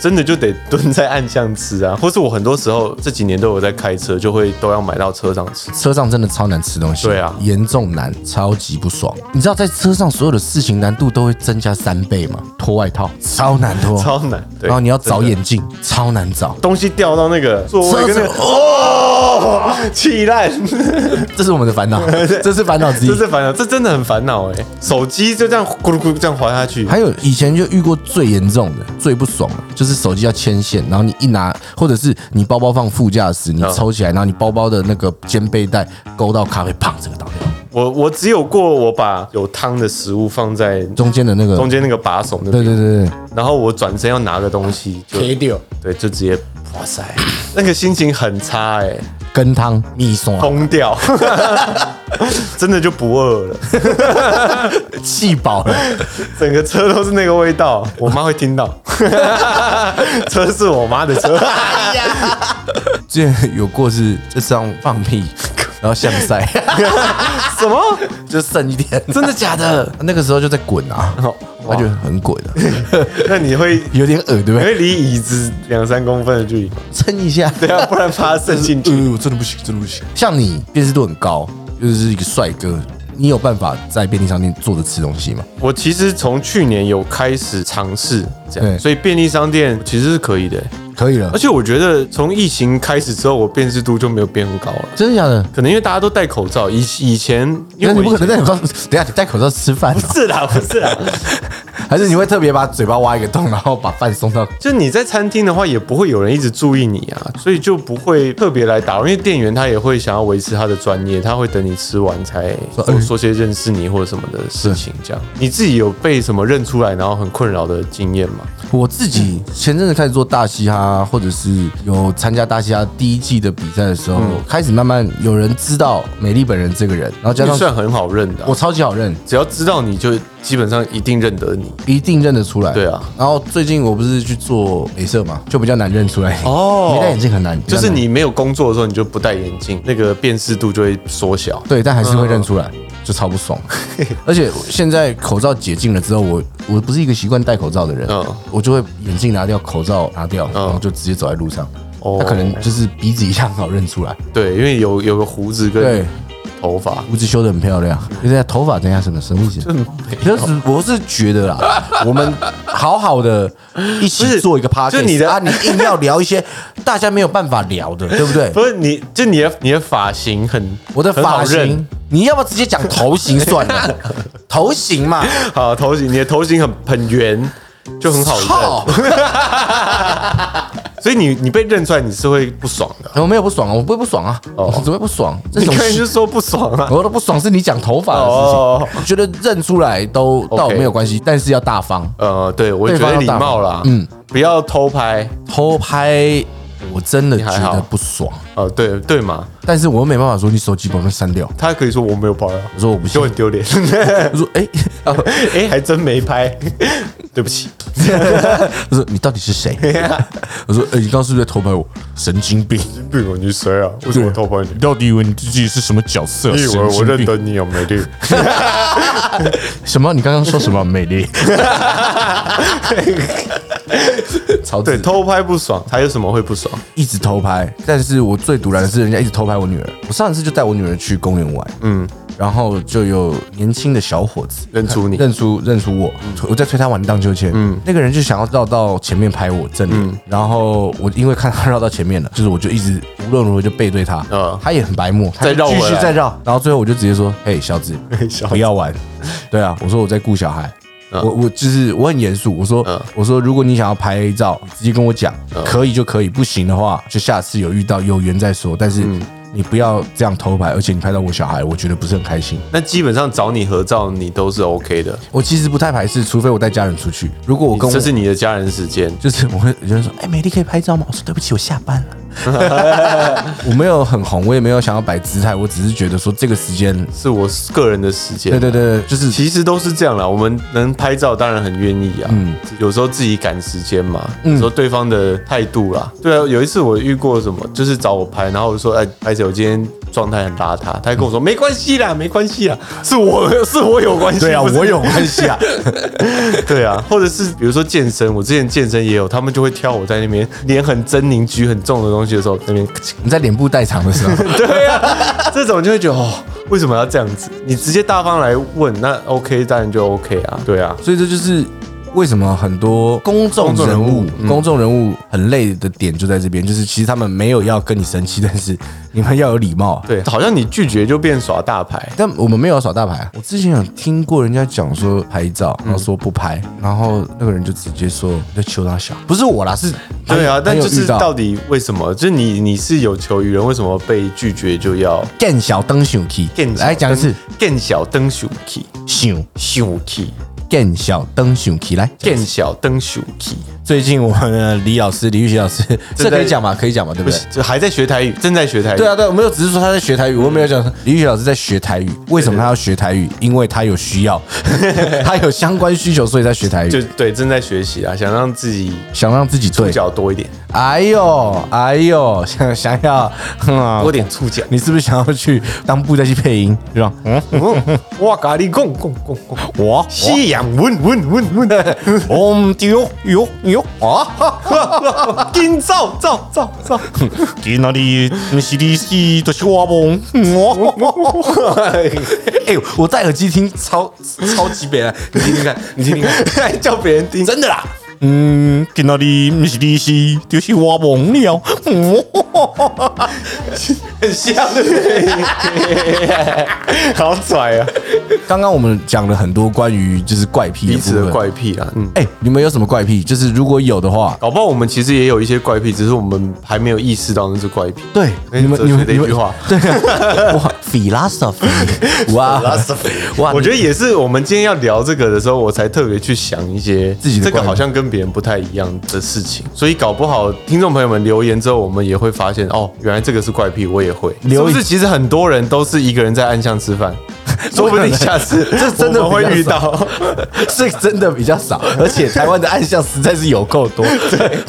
Speaker 1: 真的就得蹲在暗巷吃啊，或是我很多时候这几年都有在开车，就会都要买到车上吃。
Speaker 2: 车上真的超难吃东西，
Speaker 1: 对啊
Speaker 2: 严重难，超级不爽。你知道在车上所有的事情难度都会增加三倍吗？脱外套超难脱，
Speaker 1: 超难，对。
Speaker 2: 哦然后你要找
Speaker 1: 真的
Speaker 2: 眼镜，超难
Speaker 1: [LAUGHS]
Speaker 2: 找。
Speaker 1: 东西掉到那个座位跟那个
Speaker 2: 车
Speaker 1: 哦，气
Speaker 2: [LAUGHS]
Speaker 1: 烂，
Speaker 2: 这是我们的烦恼， [LAUGHS] 这是烦恼之一
Speaker 1: 这。是烦恼，这真的很烦恼哎。手机就这样咕噜咕噜这样滑下去，
Speaker 2: 还有以前就遇过最严重的、最不爽的，就是手机要牵线，然后你一拿，或者是你包包放副驾驶，
Speaker 1: 哦
Speaker 2: 你抽起来，然后你包包的那个肩背带勾到咖啡，砰，这个倒掉。
Speaker 1: 我我只有过我把有汤的食物放在
Speaker 2: 中间的那个，
Speaker 1: 中间那个把手那
Speaker 2: 对
Speaker 1: 边，
Speaker 2: 对对对，
Speaker 1: 然后我转身要拿个东西，就
Speaker 2: 掉
Speaker 1: 对，
Speaker 2: [LAUGHS]
Speaker 1: 就直接哇塞，那个心情很差哎，
Speaker 2: 羹汤、米酸、
Speaker 1: 疯掉， [LAUGHS] 真的就不饿了，
Speaker 2: 气饱了。
Speaker 1: [LAUGHS] 整个车都是那个味道，我妈会听到， [LAUGHS] 车是我妈的
Speaker 2: [LAUGHS]
Speaker 1: 车。
Speaker 2: 之前有过是就这样放
Speaker 1: [LAUGHS]
Speaker 2: 屁，然后像塞，
Speaker 1: 什么？
Speaker 2: 就剩一点。
Speaker 1: 真的假的？
Speaker 2: [LAUGHS] 那个时候就在滚啊，
Speaker 1: 哦
Speaker 2: 我觉得很滚啊，
Speaker 1: [LAUGHS] 那你会
Speaker 2: 有点恶，对不
Speaker 1: 你
Speaker 2: 对？
Speaker 1: 会离椅子两三公分的
Speaker 2: [LAUGHS]
Speaker 1: 距离吗？
Speaker 2: 撑一下。
Speaker 1: [LAUGHS] 对啊，不然怕它渗进去。
Speaker 2: 呃，我真的不行，真的不行。像你辨识度很高，又是一个帅哥，你有办法在便利商店坐着吃东西吗？
Speaker 1: [LAUGHS] 我其实从去年有开始尝试这
Speaker 2: 对
Speaker 1: 样，所以便利商店其实是可以的。
Speaker 2: 可以了
Speaker 1: 而，且我觉得从疫情开始之后，我辨识度就没有变很高了。
Speaker 2: 真的假的？
Speaker 1: 可能因为大家都戴口罩，以以前因
Speaker 2: 那
Speaker 1: 为
Speaker 2: 你
Speaker 1: 我
Speaker 2: 不可能
Speaker 1: 以前
Speaker 2: 戴口罩，等一下你戴口罩吃饭、哦，
Speaker 1: [LAUGHS] 是啦，不是啦，
Speaker 2: 还是你会特别把嘴巴挖一个洞，然后把饭送到？
Speaker 1: 就你在餐厅的话，也不会有人一直注意你啊，所以就不会特别来打扰，因为店员他也会想要维持他的专业，他会等你吃完才
Speaker 2: 哎
Speaker 1: 说说些认识你或者什么的事情。这样，你自己有被什么认出来然后很困扰的经验吗？
Speaker 2: 我自己
Speaker 1: 嗯
Speaker 2: 前阵子开始做大嘻哈，或者是有参加大嘻哈第一季的比赛的时候，
Speaker 1: 嗯
Speaker 2: 开始慢慢有人知道美丽本人这个人，然后加
Speaker 1: 你
Speaker 2: 上
Speaker 1: 算很好认的啊、
Speaker 2: 我超级好认，
Speaker 1: 只要知道你就基本上一定认得你。
Speaker 2: 一定认得出来。
Speaker 1: 对啊，
Speaker 2: 然后最近我不是去做镭射嘛，就比较难认出来。
Speaker 1: 哦
Speaker 2: 没戴眼镜很难，
Speaker 1: 就
Speaker 2: 比较
Speaker 1: 是
Speaker 2: 难
Speaker 1: 你没有工作的时候，你就不戴眼镜，那个辨识度就会缩小。
Speaker 2: 对，但还是
Speaker 1: 嗯
Speaker 2: 会认出来，就超不爽。 [LAUGHS] 而且现在口罩解禁了之后，我我不是一个习惯戴口罩的人
Speaker 1: 嗯，
Speaker 2: 我就会眼镜拿掉，口罩拿掉，然后就直接走在路上。
Speaker 1: 哦
Speaker 2: 他可能就是鼻子一下很好认出来，
Speaker 1: 对，因为有有个胡子
Speaker 2: 对
Speaker 1: 跟，头发，
Speaker 2: 胡子修得很漂亮。就是头发怎样什么什么意思？就是我是觉得
Speaker 1: [LAUGHS]
Speaker 2: 啦，我们好好的一
Speaker 1: 不
Speaker 2: 起
Speaker 1: 是
Speaker 2: 做一个 p a r t
Speaker 1: 就你的
Speaker 2: 啊，你硬要聊一些 [LAUGHS] 大家没有办法聊
Speaker 1: [LAUGHS]
Speaker 2: 的，对不对？
Speaker 1: 不是你，就你的你的发型很
Speaker 2: 我的
Speaker 1: 很好
Speaker 2: 发
Speaker 1: 认
Speaker 2: 型，你要不要直接讲头型
Speaker 1: [LAUGHS]
Speaker 2: 算了？头型嘛，
Speaker 1: 好，头型，你的头型很很圆，就很好
Speaker 2: 操！
Speaker 1: 认。所以你你被认出来，你是会不爽的。
Speaker 2: 我没有不爽啊，我不会不爽啊，
Speaker 1: 哦
Speaker 2: 我怎么会
Speaker 1: [LAUGHS]
Speaker 2: 不爽？这
Speaker 1: 你
Speaker 2: 种
Speaker 1: 刚才就
Speaker 2: 事
Speaker 1: 说不爽啊，
Speaker 2: 我的不爽是你讲头发的事
Speaker 1: 哦
Speaker 2: 情，我觉得认出来都
Speaker 1: OK
Speaker 2: 倒没有关系，但是要大方。
Speaker 1: 呃，对我觉得礼貌啦，
Speaker 2: 嗯
Speaker 1: 嗯，不要偷拍，
Speaker 2: 偷拍我真的觉
Speaker 1: 你还
Speaker 2: 得
Speaker 1: 好
Speaker 2: 不爽，
Speaker 1: 呃，对对嘛，
Speaker 2: 但是我又没办法说你手机把它删掉。
Speaker 1: 他可以说我没有拍啊，
Speaker 2: 我说我不
Speaker 1: 就
Speaker 2: 信，
Speaker 1: 很丢脸， [LAUGHS]
Speaker 2: 我说 [LAUGHS] 哎，啊
Speaker 1: 哎，还真没拍，对不 [LAUGHS] 起，
Speaker 2: 我说你到底
Speaker 1: [LAUGHS]
Speaker 2: 是谁？我说哎，你刚刚是不是在偷拍我？神经病！
Speaker 1: 不如你谁啊？为什么偷拍
Speaker 2: 你
Speaker 1: 你？
Speaker 2: 到底以为你自己是什么角色？
Speaker 1: 你以为我
Speaker 2: 神经
Speaker 1: 认
Speaker 2: 病
Speaker 1: 得你有 [LAUGHS] 没力？
Speaker 2: 什么？你刚刚说什么？美丽？ [LAUGHS] 超
Speaker 1: 对，
Speaker 2: 对，
Speaker 1: 偷拍不爽，还有什么会不爽？
Speaker 2: 一直偷拍。但是我最堵然的是人家一直偷拍我女儿。我上一次就带我女儿去公园玩，嗯，然后就有年轻的小伙子
Speaker 1: 认出你嗯
Speaker 2: 认出认出我，我在催他玩荡秋千，嗯，那个人就想要绕到前面拍我正
Speaker 1: 嗯
Speaker 2: 脸，然后我因为看他绕到前面了，就是我就一直无论如何就背对他，
Speaker 1: 嗯
Speaker 2: 他也很白目，他就
Speaker 1: 再绕回
Speaker 2: 继
Speaker 1: 来
Speaker 2: 续再绕，然后最后我就直接说，嘿，
Speaker 1: [LAUGHS]
Speaker 2: 小子，
Speaker 1: 哎小嗯
Speaker 2: 不要玩，对啊，我说我在顾小孩。我我就是我很严肃，我说、我说如果你想要拍照，你直接跟我讲，
Speaker 1: 嗯
Speaker 2: 可以就可以，不行的话就下次有遇到有缘再说。但是
Speaker 1: 嗯
Speaker 2: 你不要这样偷拍，而且你拍到我小孩，我觉得不是很开心。
Speaker 1: 那基本上找你合照，你都是 OK 的，
Speaker 2: 我其实不太排斥，除非我带家人出去。如果我跟我
Speaker 1: 这是你的家人时间。
Speaker 2: 就是我会有人说，哎、美丽可以拍照吗？我说对不起，我下班了。
Speaker 1: [LAUGHS]
Speaker 2: 我没有很红，我也没有想要摆姿态，我只是觉得说这个时间，
Speaker 1: 是我个人的时间。
Speaker 2: 对对对，对就是
Speaker 1: 其实都是这样啦，我们能拍照当然很愿意啊。嗯，有时候自己赶时间嘛，
Speaker 2: 嗯
Speaker 1: 有时候对方的态度啦。对啊，有一次我遇过什么，就是找我拍，然后我就说：“哎，拍姐，我今天状态很邋遢。”他还跟我说：“
Speaker 2: 嗯
Speaker 1: 没关系啦，没关系啦，是我是我有
Speaker 2: [LAUGHS]
Speaker 1: 关系。”
Speaker 2: 对啊，
Speaker 1: 不是
Speaker 2: 我有关系 [LAUGHS] 啊。
Speaker 1: [LAUGHS] 对啊，或者是比如说健身，我之前健身也有，他们就会挑我在那边脸很狰狞、举很重的东西的时候，那边咔嚓
Speaker 2: 你在脸部代偿的时 [LAUGHS] 候，
Speaker 1: 对啊， [LAUGHS] 这种就会觉得哦，为什么要这样子？你直接大方来问，那 OK 当然就 OK 啊，对啊。
Speaker 2: 所以这就是为什么很多公众人物
Speaker 1: 公众人物、嗯
Speaker 2: 公众人物很累的点就在这边，就是其实他们没有要跟你生气，但是你们要有礼貌。啊
Speaker 1: 对，好像你拒绝就变耍大牌，
Speaker 2: 但我们没有耍大牌啊。嗯我之前有听过人家讲说拍照，然后说不拍，然后那个人就直接说你在求他小，不是我啦，是
Speaker 1: 对啊，但
Speaker 2: 很有
Speaker 1: 就
Speaker 2: 遇
Speaker 1: 是
Speaker 2: 到
Speaker 1: 到底为什么？就是你你是有求于人，为什么被拒绝就要
Speaker 2: 更小灯熊 key，
Speaker 1: 更小
Speaker 2: 来讲一次
Speaker 1: 更小灯熊 key
Speaker 2: 熊
Speaker 1: 熊 key
Speaker 2: 更小灯熊 key，来
Speaker 1: 更小灯熊 key，
Speaker 2: 最近我们的李老师李玉玺
Speaker 1: [LAUGHS]
Speaker 2: 老师，这可以讲嘛？可以讲嘛？对
Speaker 1: 不
Speaker 2: 不对
Speaker 1: 是？就还在学台语，正在学台语。
Speaker 2: 对啊，对啊，我没有，只是说他在学台语， [LAUGHS] 我没有讲李玉雪老师在学台语。为什么他要学台语？因为他有需要， [LAUGHS] 他有相关需求，所以在学台
Speaker 1: 就
Speaker 2: 语，
Speaker 1: 对，正在学习啊，想让自己
Speaker 2: 想让自己对
Speaker 1: 触。角多一点，
Speaker 2: 哎呦，哎呦， [LAUGHS] 想想要，哼啊
Speaker 1: 多，点触角。
Speaker 2: 你是不是想要去当布袋戏配音？是吧？嗯，
Speaker 1: 嗯，我咖喱拱拱拱拱，
Speaker 2: [LAUGHS] 我
Speaker 1: 夕阳温温温温，
Speaker 2: [LAUGHS] 我丢哟 [LAUGHS] 哟啊！
Speaker 1: 今早早早早，
Speaker 2: 去哪里？不是你是就是我梦。 [LAUGHS] 哎，我戴耳机听超超级北蓝，你听听看，你听听看。
Speaker 1: 还叫别人听，
Speaker 2: 真的啦。嗯，今仔日不是你是，就是我梦了。 [LAUGHS]
Speaker 1: 很像，对不对？ [LAUGHS] 好拽啊！
Speaker 2: 刚刚我们讲了很多关于就是怪癖
Speaker 1: 彼
Speaker 2: 部
Speaker 1: 此
Speaker 2: 分
Speaker 1: 的。怪癖啊，嗯，
Speaker 2: 哎、你们有什么怪癖？就是如果有的话，
Speaker 1: 搞不好我们其实也有一些怪癖，只是我们还没有意识到那是怪癖。
Speaker 2: 对
Speaker 1: 哎
Speaker 2: 你们
Speaker 1: 哲
Speaker 2: 你
Speaker 1: 学
Speaker 2: 们
Speaker 1: 的一
Speaker 2: 你们
Speaker 1: 句话
Speaker 2: 对啊， [LAUGHS] 哇，philosophy，哇 [LAUGHS] 哇，
Speaker 1: 我觉得也是，我们今天要聊这个的时候，我才特别去想一些
Speaker 2: 自己的
Speaker 1: 这个
Speaker 2: 怪癖
Speaker 1: 好像跟别人不太一样的事情，所以搞不好听众朋友们留言之后，我们也会发现哦，原来这个是怪癖，我也会。是
Speaker 2: 留
Speaker 1: 不是其实很多人都是一个人在暗巷吃饭， [LAUGHS] 说不定下次
Speaker 2: 这真的
Speaker 1: [LAUGHS] 我们会
Speaker 2: 比
Speaker 1: 遇
Speaker 2: 较少
Speaker 1: 到。
Speaker 2: 是真的比较 [LAUGHS] 少，而且台湾的暗象实在是有够多，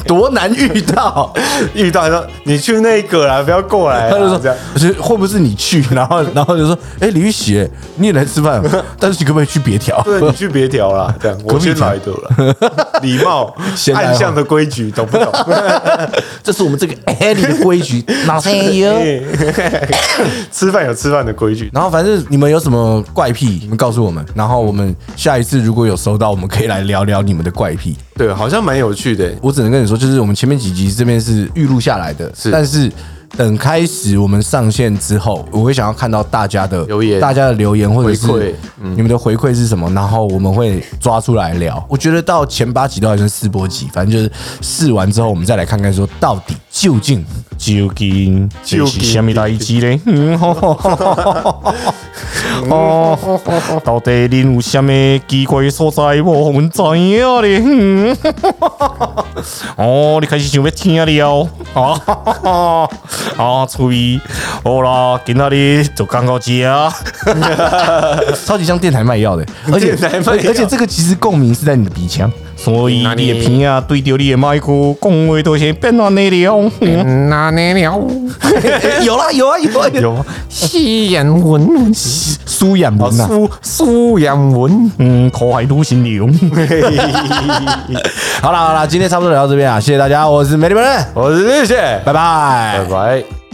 Speaker 2: 多难遇 [LAUGHS] 到。
Speaker 1: [LAUGHS] 遇到说你去那个啦，不要过来啦，
Speaker 2: 他就说
Speaker 1: 这样。：“
Speaker 2: 我觉得会不会是你去？”然后，然后就说：“哎、李玉玺，你也来吃 [LAUGHS] 饭，但是你可不可以去别条？”
Speaker 1: 对你去别调 [LAUGHS] 啦，这样我
Speaker 2: 壁
Speaker 1: 先
Speaker 2: 调
Speaker 1: 来的 [LAUGHS] 了，礼貌
Speaker 2: 先，来哦
Speaker 1: 暗巷的规矩懂 [LAUGHS] 不懂？
Speaker 2: [LAUGHS] 这是我们这个 a l 的规 [LAUGHS] 矩，哪谁哟？
Speaker 1: [LAUGHS] 吃饭有吃饭的规矩，
Speaker 2: 然后反正你们有什么怪癖，你们告诉我们，然后我们下一次如果有收到，我们可以来聊聊你们的怪癖。
Speaker 1: 对，好像蛮有趣的。
Speaker 2: 我只能跟你说，就是我们前面几集这边是预录下来的，
Speaker 1: 是
Speaker 2: 但是等开始我们上线之后，我会想要看到大家的
Speaker 1: 留言
Speaker 2: 大家的留言或者
Speaker 1: 回馈嗯
Speaker 2: 是你们的回馈是什么，然后我们会抓出来聊。我觉得到前八集都还算试播集，反正就是试完之后，我们再来看看说到底究竟究竟
Speaker 1: 究竟这是什 [LAUGHS] 么代
Speaker 2: 志嘞？嗯，哦，到底恁有啥物奇怪的所在无？阮知影咧。嗯，哦，你开始想要听了。哦啊，啊，趣味。好啦，今仔日就讲到这。啊 [LAUGHS] 超级像电台卖药的，而且
Speaker 1: 电台卖药
Speaker 2: 而且这个其实共鸣是在你的鼻腔。所以你的鼻啊对着你的麦克，讲话都先变到那里哦。
Speaker 3: [LAUGHS] 那你了？
Speaker 2: [LAUGHS] 有啦有啊有啊有，
Speaker 4: 有吗？
Speaker 3: [LAUGHS] 西人文，
Speaker 2: 苏眼
Speaker 4: 哦
Speaker 2: 文啊，
Speaker 4: 苏
Speaker 3: [LAUGHS] 苏人文。
Speaker 2: 嗯，口海都行流。
Speaker 1: [LAUGHS] 好啦好啦，今天差不多聊到这边啊，谢谢大家，我是美丽本人，
Speaker 4: 我是谢谢，
Speaker 1: 拜拜
Speaker 4: 拜拜。